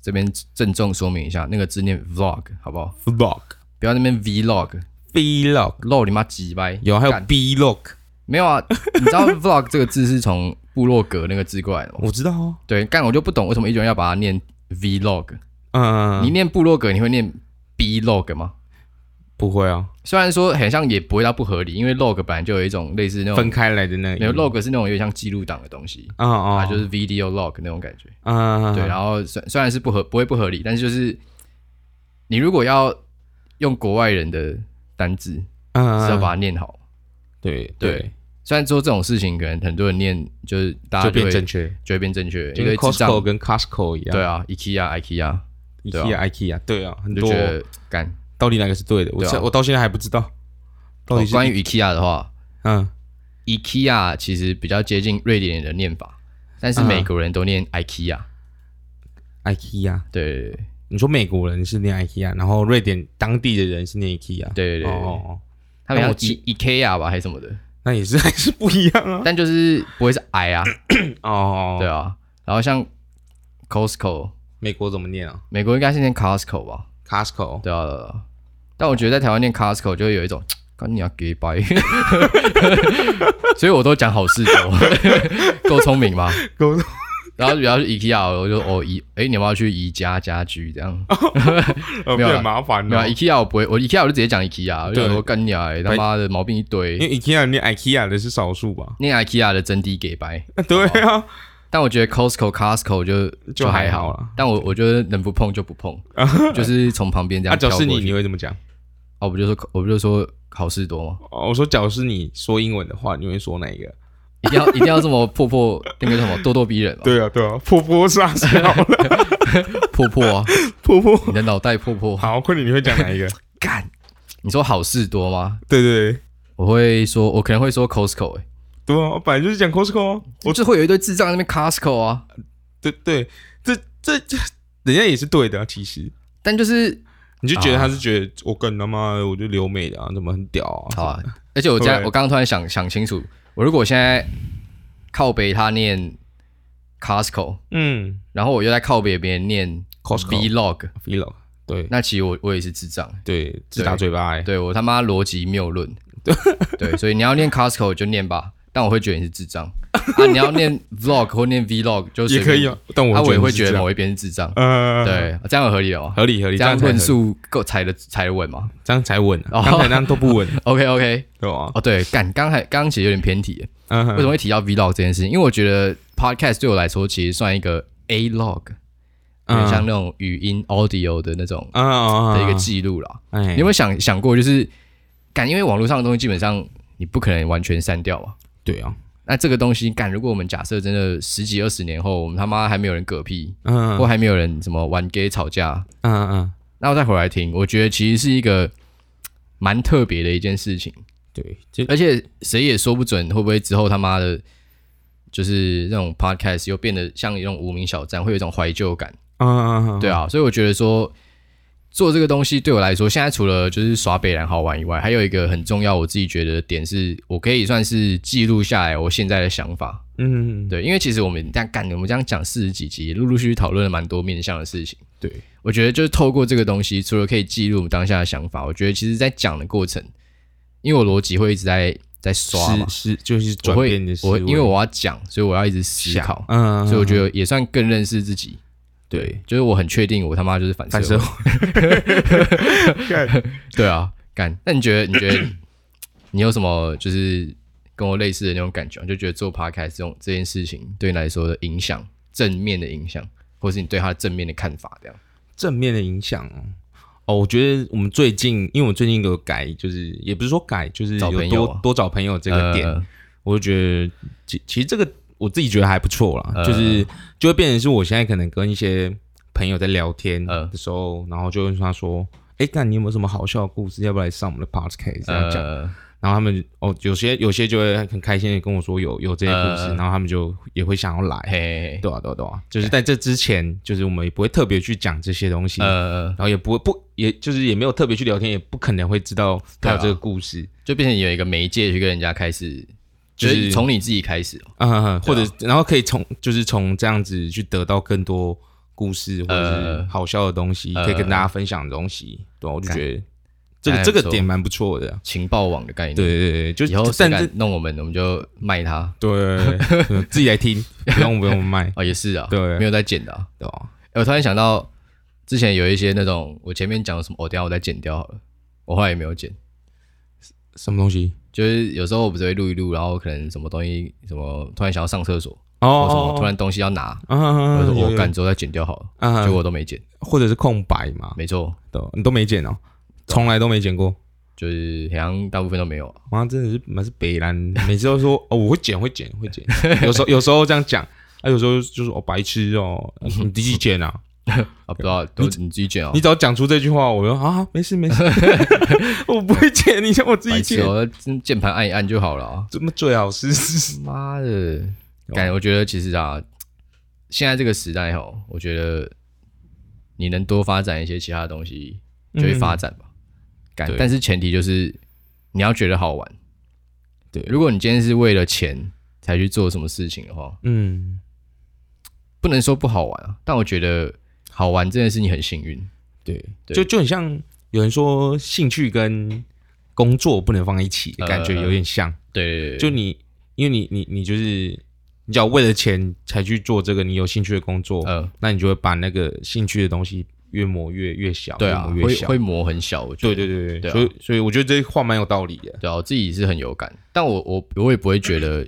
S1: 这边郑重说明一下，那个字念 vlog 好不好？
S2: vlog
S1: 不要那边 vlog，
S2: vlog
S1: 露你妈鸡掰！
S2: 有还有
S1: 干
S2: blog，
S1: 没有啊？你知道 vlog 这个字是从部落格那个字过来的吗？
S2: 我知道哦，
S1: 对，干我就不懂为什么一堆人要把它念 vlog。你
S2: 嗯，
S1: 念部落格，你会念 b log 吗？
S2: 不会啊，
S1: 虽然说很像，也不会到不合理，因为 log 本来就有一种类似那
S2: 分
S1: 种，
S2: 开来的那个
S1: 没有
S2: 音
S1: log 是那种有点像记录档的东西，
S2: 啊
S1: 啊，
S2: 啊，
S1: 就是 video log 那种感觉。
S2: 嗯，
S1: 对，
S2: 啊，
S1: 然后虽虽然是不合不会不合理，但是就是你如果要用国外人的单字，是
S2: 嗯，
S1: 要把它念好。
S2: 对
S1: 对，虽然说这种事情可能很多人念，就是大家
S2: 就
S1: 就
S2: 变
S1: 会
S2: 正确，
S1: 就会变正确，
S2: 就
S1: 因
S2: 跟
S1: 为智
S2: Costco
S1: 障
S2: 跟 Costco 一样，
S1: 对啊，IKEA IKEA 对啊
S2: IKEA IKEA 对啊，很
S1: 你就
S2: 多
S1: 觉得干。
S2: 到底哪个是对的？我
S1: 对啊
S2: 现我到现在还不知道，到
S1: 哦
S2: 底，是
S1: 关于 IKEA 的话，
S2: 嗯
S1: IKEA 其实比较接近瑞典人的念法，但是
S2: 嗯
S1: 美国人都念 IKEA、
S2: IKEA，
S1: 对对
S2: 你说美国人是念 IKEA，然后瑞典当地的人是念 IKEA，
S1: 对对对，
S2: 哦，哦
S1: 他们
S2: 但
S1: 叫
S2: 我
S1: I IKEA 吧还是什么的，
S2: 那也是 *laughs* 还是不一样啊，
S1: 但就是不会是 I 啊，
S2: 哦，
S1: 对，啊。然后像 Costco，
S2: 美国怎么念啊
S1: 美国应该是念 Costco 吧？
S2: ？Costco，
S1: 对啊，对啊对啊但我觉得在台湾念 Costco 就会有一种干你要给白， *laughs* 所以我都讲好事多， *laughs* 够聪明吧？
S2: 够聪
S1: 然后比较 IKEA，我就哦宜，哎、你要不要去宜家家居这样？
S2: 哦呃，
S1: 没有啊
S2: 很麻烦
S1: 没有、
S2: 哦
S1: 啊、，IKEA 我不会，我 IKEA 我就直接讲 IKEA，我就
S2: 对
S1: 想说干你啊、欸，他妈的毛病一
S2: 因
S1: 堆。
S2: 为 IKEA 念 IKEA 的是少数吧？
S1: 念 IKEA 的真谛给白，
S2: *laughs* 对啊，
S1: 但我觉得 Costco、Costco 就
S2: 就
S1: 还
S2: 还好啦啊
S1: 但我我觉得能不碰就不
S2: *laughs*
S1: 碰，就是从旁边这
S2: 啊，
S1: 样
S2: 只
S1: 跳
S2: 要
S1: 过
S2: 是你，
S1: 去。
S2: 你会怎么讲？
S1: 哦，我不就说我不就说好事多吗？
S2: 哦，我说，假如是你说英文的话，你会说哪一个？
S1: 一定要一定要这么破破那个叫什么咄咄逼人嘛？哦
S2: 对啊，对啊，婆婆傻笑
S1: *laughs*
S2: 了，
S1: 破破啊，
S2: 婆婆。
S1: 你的脑袋破破。
S2: 好，坤里你会
S1: *laughs*
S2: 讲哪一个？
S1: 干，你说好事多吗？
S2: 对对对，
S1: 我会说，我可能会说 Costco，哎、
S2: 对啊，我本来就是讲 Costco 啊。
S1: 我
S2: 我
S1: 就会有一堆智障在那边 Costco 啊，
S2: 对对，这这这，人家也是对的啊、其实
S1: 但就是
S2: 你就觉得他
S1: 啊
S2: 是觉得我跟他妈的我就留美的啊，怎么很屌啊？
S1: 好啊，而且我在
S2: 对
S1: 我刚刚突然想想清楚，我如果现在靠北他念 Costco，
S2: 嗯
S1: 然后我又在靠北别人念
S2: ，Costco
S1: Vlog，
S2: vlog，对
S1: 那其实我我也是智障，
S2: 对，自打嘴巴欸，
S1: 对我他妈逻辑谬论，对，所以你要念 Costco 就念吧，但我会觉得你是智障啊，你要念 Vlog 或念 Vlog 就随
S2: 也
S1: 便
S2: 可以啊，但我
S1: 啊，我也会
S2: 是
S1: 觉
S2: 这
S1: 得
S2: 样，
S1: 某一边是智
S2: *laughs*
S1: 障，
S2: 呃，
S1: 对，这样有合理了吗？
S2: 合理合理，
S1: 这样
S2: 才
S1: 论述够踩的踩的稳吗
S2: 这样才稳啊，
S1: 哦
S2: 刚才那样
S1: *laughs*
S2: 都不稳，
S1: ？OK OK，
S2: 对吧？
S1: 哦对，干刚才刚刚其实有点偏题耶，
S2: 嗯
S1: 为什么会提到 vlog 这件事情？因为我觉得 podcast 对我来说其实算一个 a log，有
S2: 嗯
S1: 点像那种语音 audio 的那种
S2: 啊啊
S1: 的一个记录啦。
S2: 哎
S1: 你有没有想想过，就是干，因为网络上的东西基本上你不可能完全删掉嘛。
S2: 对啊，
S1: 那这个东西干，如果我们假设真的十几二十年后，我们他妈还没有人嗝屁，
S2: 嗯
S1: 或
S2: 嗯
S1: 还没有人什么玩 gay 吵架，
S2: 嗯嗯，
S1: 那我再回来听，我觉得其实是一个蛮特别的一件事情。
S2: 对，就
S1: 而且谁也说不准会不会之后他妈的，就是那种 podcast 又变得像一种无名小站，会有一种怀旧感，
S2: 嗯嗯嗯，
S1: 对啊，所以我觉得说做这个东西对我来说，现在除了就是耍北兰好玩以外，还有一个很重要我自己觉得的点是，我可以算是记录下来我现在的想法，
S2: 嗯，嗯，
S1: 对，因为其实我们这样干，我们这样讲四十几集，陆陆续续讨论了蛮多面向的事情。
S2: 对，
S1: 我觉得就是透过这个东西，除了可以记录我们当下的想法，我觉得其实在讲的过程，因为我逻辑会一直在在刷嘛
S2: 是，是就是
S1: 我
S2: 转
S1: 会
S2: 变你的思
S1: 我
S2: 维，
S1: 因为我要讲，所以我要一直思
S2: 想
S1: 考，
S2: 嗯，
S1: 所以我觉
S2: 得
S1: 得也算更认识自己。
S2: 对，哦
S1: 就是我很确定我他妈就是反
S2: 反
S1: 社
S2: 社
S1: 会，
S2: 会，
S1: 对啊，干。那你觉得你觉得 *clears throat* 你有什么就是跟我类似的那种感觉吗？就觉得做 podcast 这种这件事情对你来说的影响，正面的影响，或是你对它正面的看法，这样。
S2: 正面的影响哦。哦，我觉得我们最近，因为我最近有改，就是也不是说改，就是
S1: 找
S2: 有
S1: 朋友
S2: 多、
S1: 啊
S2: 多找朋友这个点，
S1: 呃
S2: 我就觉得其其实这个我自己觉得还不错啦，
S1: 呃
S2: 就是就会变成是我现在可能跟一些朋友在聊天
S1: 呃
S2: 的时候，然后就问他说：“哎、干你有没有什么好笑的故事？要不要来上我们的 podcast 这样讲？”
S1: 呃
S2: 然后他们哦，有些有些就会很开心的跟我说有有这些故事，
S1: 呃
S2: 然后他们就也会想要来。
S1: 嘿，
S2: 对啊，对啊，对啊，就是在这之前，就是我们也不会特别去讲这些东西，
S1: 呃，
S2: 然后也不会不也就是也没有特别去聊天，也不可能会知道他有
S1: 对啊
S2: 这个故事，
S1: 就变成有一个媒介去跟人家开始，
S2: 就
S1: 就是是从你自己开始哦，
S2: 啊，或者然后可以从就是从这样子去得到更多故事或者是
S1: 呃
S2: 好笑的东西，
S1: 呃
S2: 可以跟大家分享的东西，对啊、我就觉得这个
S1: 还
S2: 这个
S1: 不错
S2: 点蛮不错的啊，
S1: 情报网的概念。
S2: 对，对对，对
S1: 以后
S2: 就
S1: 谁
S2: 但
S1: 敢
S2: 是
S1: 弄我们，我们就卖它。
S2: 对对自己来听，不用不用卖，
S1: 哦，也是啊，
S2: 对
S1: 没有在剪的啊。
S2: 对吧？
S1: 哎我突然想到，之前有一些那种我前面讲的什么，哦，等一下我再剪掉好了，我后来也没有剪。
S2: 什么东西？
S1: 就是有时候我不是会录一录，然后可能什么东西什么突然想要上厕所，
S2: 哦
S1: 或什么突
S2: 然
S1: 然东西要拿，
S2: 啊，
S1: 我就说
S2: 有
S1: 我干，之后再剪掉好了，
S2: 有啊
S1: 结，果我都没剪。
S2: 或者是空白嘛，
S1: 没错，
S2: 对吧，你都没剪哦，从来都没剪过。
S1: 就是好像大部分都没有啊。
S2: 妈，真的是蛮是北兰，每次都说哦，我会剪，会剪，会剪。有时候有时候这样讲，啊，有时候就说哦，白痴哦，你自己剪啊。
S1: 啊，不知道都你自己剪哦
S2: 你，只要讲出这句话，我就啊，没事没
S1: *laughs*
S2: 事，我不会剪，你叫我自己
S1: 白痴
S2: 剪，
S1: 哦，真键盘按一按就好了啊。
S2: 怎么最
S1: *laughs*
S2: 好是？
S1: 妈的，感我觉得其实啊，现在这个时代哦，我觉得你能多发展一些其他的东西，就会发展吧。感、
S2: 嗯对
S1: 但是前提就是你要觉得好玩。
S2: 对
S1: 如果你今天是为了钱才去做什么事情的话，
S2: 嗯，
S1: 不能说不好玩啊，但我觉得好玩真的是你很幸运。
S2: 对，
S1: 对
S2: 就就很像有人说兴趣跟工作不能放在一起的感觉，
S1: 呃
S2: 有点像，
S1: 对对对，
S2: 就你因为你你你就是。你只要为了钱才去做这个你有兴趣的工作，
S1: 呃，
S2: 那你就会把那个兴趣的东西越磨越越小，
S1: 对啊，
S2: 越磨越
S1: 会
S2: 小。
S1: 会磨很小，我觉得
S2: 对对对对，
S1: 对啊
S2: 所以所以我觉得这话蛮有道理的。
S1: 对啊，我自己是很有感，但我我我也不会觉得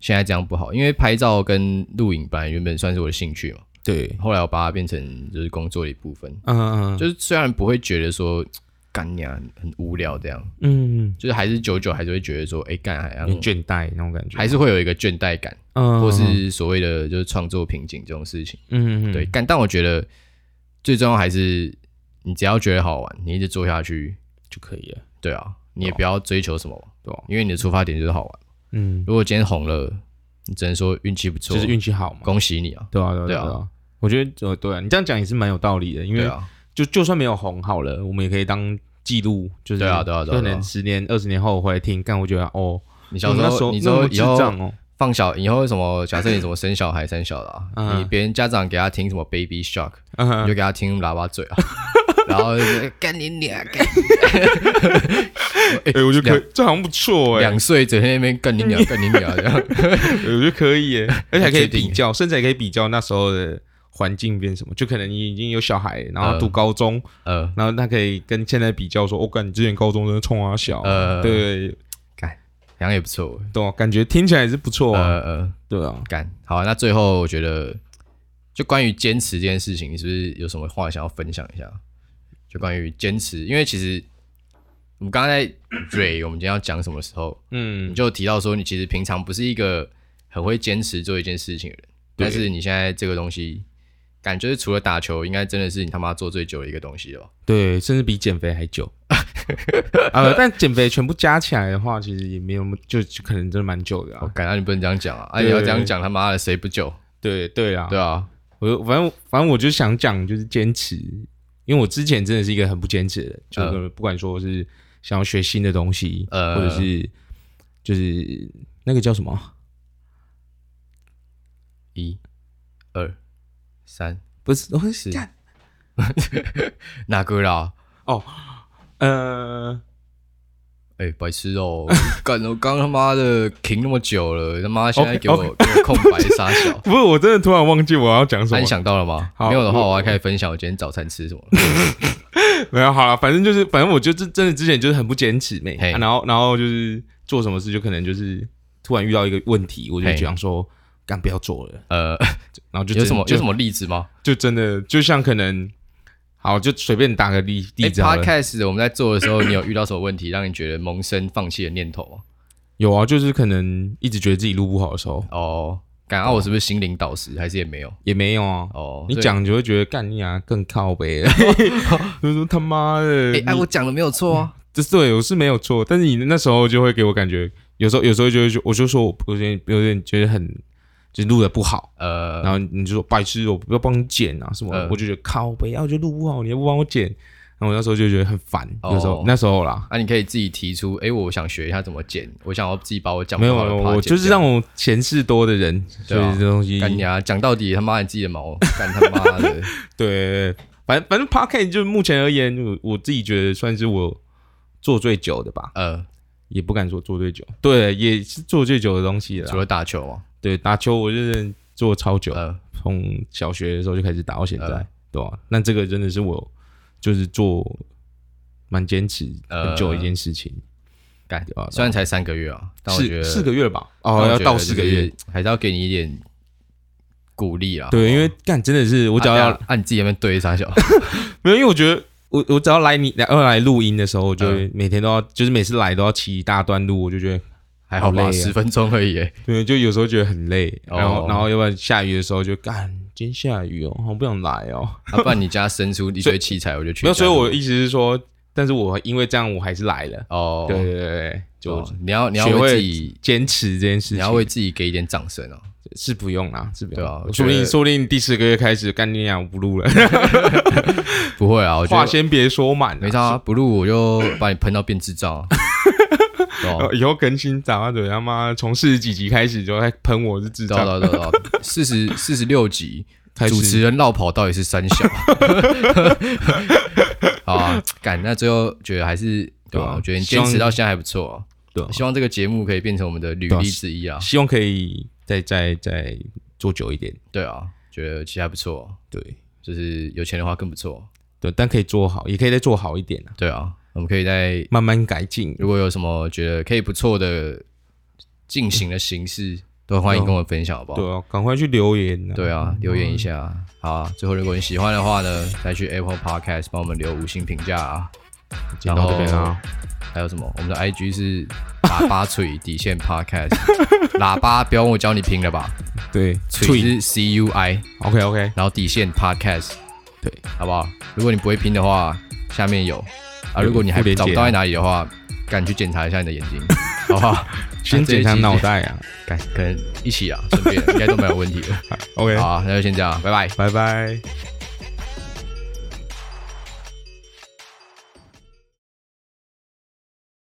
S1: 现在这样不好，因为拍照跟录影本来原本算是我的兴趣嘛，
S2: 对，
S1: 后来我把它变成就是工作的一部分，
S2: 嗯嗯
S1: 就是虽然不会觉得说干呀很无聊这样，
S2: 嗯，
S1: 就是还是久久还是会觉得说，哎、干好
S2: 有
S1: 像
S2: 点倦怠那种感觉，
S1: 还是会有一个倦怠感，
S2: 嗯，
S1: 或是所谓的就是创作瓶颈这种事情，
S2: 嗯嗯
S1: 对，干，但我觉得最重要还是你只要觉得好玩，你一直做下去，
S2: 就可以了，
S1: 对啊，你也不要追求什么嘛，
S2: 对吧？
S1: 因为你的出发点就是好玩。
S2: 嗯，
S1: 如果今天红了，你只能说运气不错，
S2: 就是运气好嘛，
S1: 恭喜你啊！
S2: 对啊对啊
S1: 对
S2: 对
S1: 啊
S2: 啊。我觉得呃对啊，你这样讲也是蛮有道理的，因
S1: 对
S2: 为
S1: 啊，
S2: 就就算没有红好了，我们也可以当记录，就是
S1: 对啊对啊对啊
S2: 可
S1: 对啊
S2: 能十年二十年后回来听，但我觉得哦，
S1: 你小
S2: 我
S1: 时
S2: 那时
S1: 候，
S2: 候
S1: 你之
S2: 那
S1: 后
S2: 么
S1: 以
S2: 智
S1: 后
S2: 障哦，
S1: 放小以后什么？假设你怎么生小孩、生小的啊，
S2: 嗯
S1: 你别人家长给他听什么 Baby Shark，你
S2: 嗯
S1: 就给他听喇叭嘴啊，然后就是干你娘！干
S2: *laughs* 哎，我觉得可以，这好像不错哎，
S1: 两岁整天在那边干你娘、干你娘这样。 *laughs*
S2: 我觉得可以耶，而且还可以
S1: 确定耶
S2: 比较，甚至还可以比较那时候的环境变什么，就可能你已经有小孩，然后
S1: 呃
S2: 读高中，
S1: 呃，
S2: 然后他可以跟现在比较说，我、感觉之前高中真的冲啊小啊，
S1: 呃
S2: 对，
S1: 好像也不错。
S2: 懂、啊，感觉听起来也是不错啊，
S1: 呃呃，
S2: 对啊，
S1: 干好啊。那最后我觉得，就关于坚持这件事情，你是不是有什么话想要分享一下？就关于坚持，因为其实我们刚刚在蕊我们今天要讲什么时候，你
S2: 嗯，
S1: 就提到说，你其实平常不是一个很会坚持做一件事情的人，
S2: 对
S1: 但是你现在这个东西，感觉是除了打球，应该真的是你他妈做最久的一个东西了吧？
S2: 对，甚至比减肥还久， *laughs* 呃，但减肥全部加起来的话，其实也没有那么，就就可能真的蛮久的
S1: 我
S2: 啊，
S1: 感觉你不能这样讲啊！啊，
S2: 对
S1: 你要这样讲，他妈的谁不久？
S2: 对对啊，
S1: 对啊，
S2: 我就反正反正我就想讲，就是坚持，因为我之前真的是一个很不坚持的人，就
S1: 嗯
S2: 是不管说是想要学新的东西，
S1: 呃
S2: 或者是就是那个叫什么，啊
S1: 一、二、三，
S2: 不是我
S1: 是
S2: 是干
S1: 哪个啦？
S2: 呃，
S1: 哎、白痴哦、
S2: *laughs*
S1: 干我刚他妈的停那么久了，他妈现在
S2: OK，。
S1: 给我给我空白傻小
S2: *laughs* 不是，我真的突然忘记我要讲什
S1: 那、
S2: 么
S1: 哎你
S2: 了。
S1: 想到了吗？
S2: 好
S1: 没有的话，
S2: 我 *laughs*
S1: 我还可以分享我今天早餐吃什么了。
S2: 没有好了，反正就是，反正我就真真的之前就是很不坚持没、
S1: 嘿
S2: 啊然后然后就是做什么事就可能就是突然遇到一个问题，我就
S1: 嘿
S2: 想说干不要做了，
S1: 呃，
S2: 然后就
S1: 有什么有什
S2: 么
S1: 么例子吗？
S2: 就真的就像可能好就随便打个例
S1: 哎
S2: 例子好了，
S1: ，Podcast 我们在做的时候，你有遇到什么问题让你觉得萌生放弃的念头吗？
S2: 有啊，就是可能一直觉得自己录不好的时候
S1: 哦，感恩我是不是心灵导师，还是也没有？
S2: 也没有啊。
S1: 哦，
S2: 你
S1: 所以，
S2: 讲你就会觉得干你啊更靠
S1: *laughs*
S2: 北了，就说他妈的，
S1: 哎
S2: 你
S1: 哎，我讲的没有错啊。
S2: 这对我是没有错，但是你那时候就会给我感觉，有时候有时候就会说，我就说我有点有点觉得很就是录的不好，
S1: 呃，
S2: 然后你就说白痴，我不要帮你剪啊什么的，
S1: 嗯
S2: 我就觉得靠北啊，我就录不好，你又不帮我剪，然后我那时候就觉得很烦，
S1: 哦
S2: 有时候那时候啦，
S1: 啊，你可以自己提出，哎，我想学一下怎么剪，我想要自己把我讲
S2: 没
S1: 不
S2: 有，
S1: 好的 part
S2: 我
S1: 剪
S2: 就是
S1: 掉
S2: 让我钱事多的人，所
S1: 对啊
S2: 以这东西
S1: 干你啊，讲到底他妈你自己的毛，干他妈
S2: *laughs*
S1: 的，
S2: 对，反正反正 p o c a s t 就目前而言，我我自己觉得算是我做最久的吧，
S1: 呃，
S2: 也不敢说做最久，对，也是做最久的东西了
S1: 除
S2: 啦。
S1: 了打球啊，
S2: 对，打球我就是做超久，
S1: 呃，
S2: 从小学的时候就开始打到现在，
S1: 呃
S2: 对吧、那这个真的是我就是做蛮坚持
S1: 呃
S2: 很久的一件事情，
S1: 干
S2: 对吧？
S1: 虽然才三个月啊，但我觉
S2: 四
S1: 得
S2: 四个月吧，
S1: 但
S2: 哦，
S1: 我
S2: 要
S1: 觉
S2: 到
S1: 得
S2: 四
S1: 就
S2: 个月
S1: 是，还是要给你一点鼓励啦。
S2: 对，因为干真的是我
S1: 我
S2: 只要
S1: 按、哦啊、你自己在那边对
S2: *laughs*
S1: 傻小，
S2: 没有，因为我觉得我我只要来你来要来录音的时候，我就
S1: 嗯
S2: 会每天都要，就是每次来都要骑一大段路，我就觉得
S1: 还好
S2: 好
S1: 吧，
S2: 累啊
S1: 十、分钟而已
S2: *laughs*
S1: 耶。
S2: 对，就有时候觉得很累，
S1: 哦
S2: 然后然后要不然下雨的时候就干，今天下雨哦，我不想来哦。
S1: 啊，不然你家生出一堆器材，我就去家
S2: 没有，
S1: 里。
S2: 所以我的意思是说，但是我因为这样我还是来了。
S1: 哦，
S2: 对对对对，就
S1: 哦你要你要
S2: 学
S1: 为
S2: 会
S1: 自己，
S2: 坚持这件事
S1: 你要
S2: 情
S1: 为自己给一点掌声啊。
S2: 是不用啦，是不用。
S1: 对啊我觉
S2: 说
S1: 得
S2: 不定说不定第四个月开始干你俩我不录了，
S1: 不会啊，我觉
S2: 话
S1: 得
S2: 先别说满啊，
S1: 没差、啊，不录我就把你喷到变智障、
S2: *laughs*
S1: 啊。对啊
S2: 呃。 *laughs* 以后更新长啊，嘴他妈从四十几集开始就在喷我是智
S1: 对啊
S2: 障，
S1: 对啊对啊对啊，四十四十六集，
S2: 开
S1: 主
S2: 始
S1: 持人绕跑到底是三
S2: *laughs*
S1: 小？好啊，干，那最后觉得还是对
S2: 对
S1: 吧、
S2: 啊
S1: 我觉得你
S2: 希
S1: 坚
S2: 望
S1: 持到现在还不错、啊。
S2: 对啊
S1: 希望这个节目可以变成我们的履
S2: 对啊
S1: 历之一啊。
S2: 希望可以再再再做久一点，
S1: 对啊，觉得其实还不错、啊
S2: 对
S1: 就是有钱的话更不错。啊
S2: 对，但可以做好，也可以再做好一点啊，
S1: 对啊，我们可以在
S2: 慢慢改进。
S1: 如果有什么觉得可以不错的进行的形式，都欢迎跟我分享，好不好？
S2: 对啊，赶快去留言啊！
S1: 对啊，留言一下。好啊，最后如果你喜欢的话呢，再去 Apple Podcast 帮我们留五星评价啊。
S2: 今天到这边啊，
S1: 还有什么？我们的 IG 是喇叭嘴底线 Podcast，喇 *laughs* 叭不用我教你拼了吧？
S2: 对，
S1: 嘴是 C U I，
S2: ，OK OK，
S1: 然后底线 Podcast，
S2: 对，
S1: 好不好？如果你不会拼的话，下面有啊。如果你还
S2: 有连接
S1: 找不到
S2: 啊
S1: 在哪里的话，赶紧去检查一下你的眼
S2: *laughs*
S1: 睛，好不好？
S2: 先检查
S1: 这一集
S2: 脑袋 *laughs* 啊
S1: 赶
S2: *laughs*
S1: 可能一起啊，顺便应该都没有问题了。
S2: ，OK，
S1: 好啊，那就先这样，拜拜。
S2: 拜拜。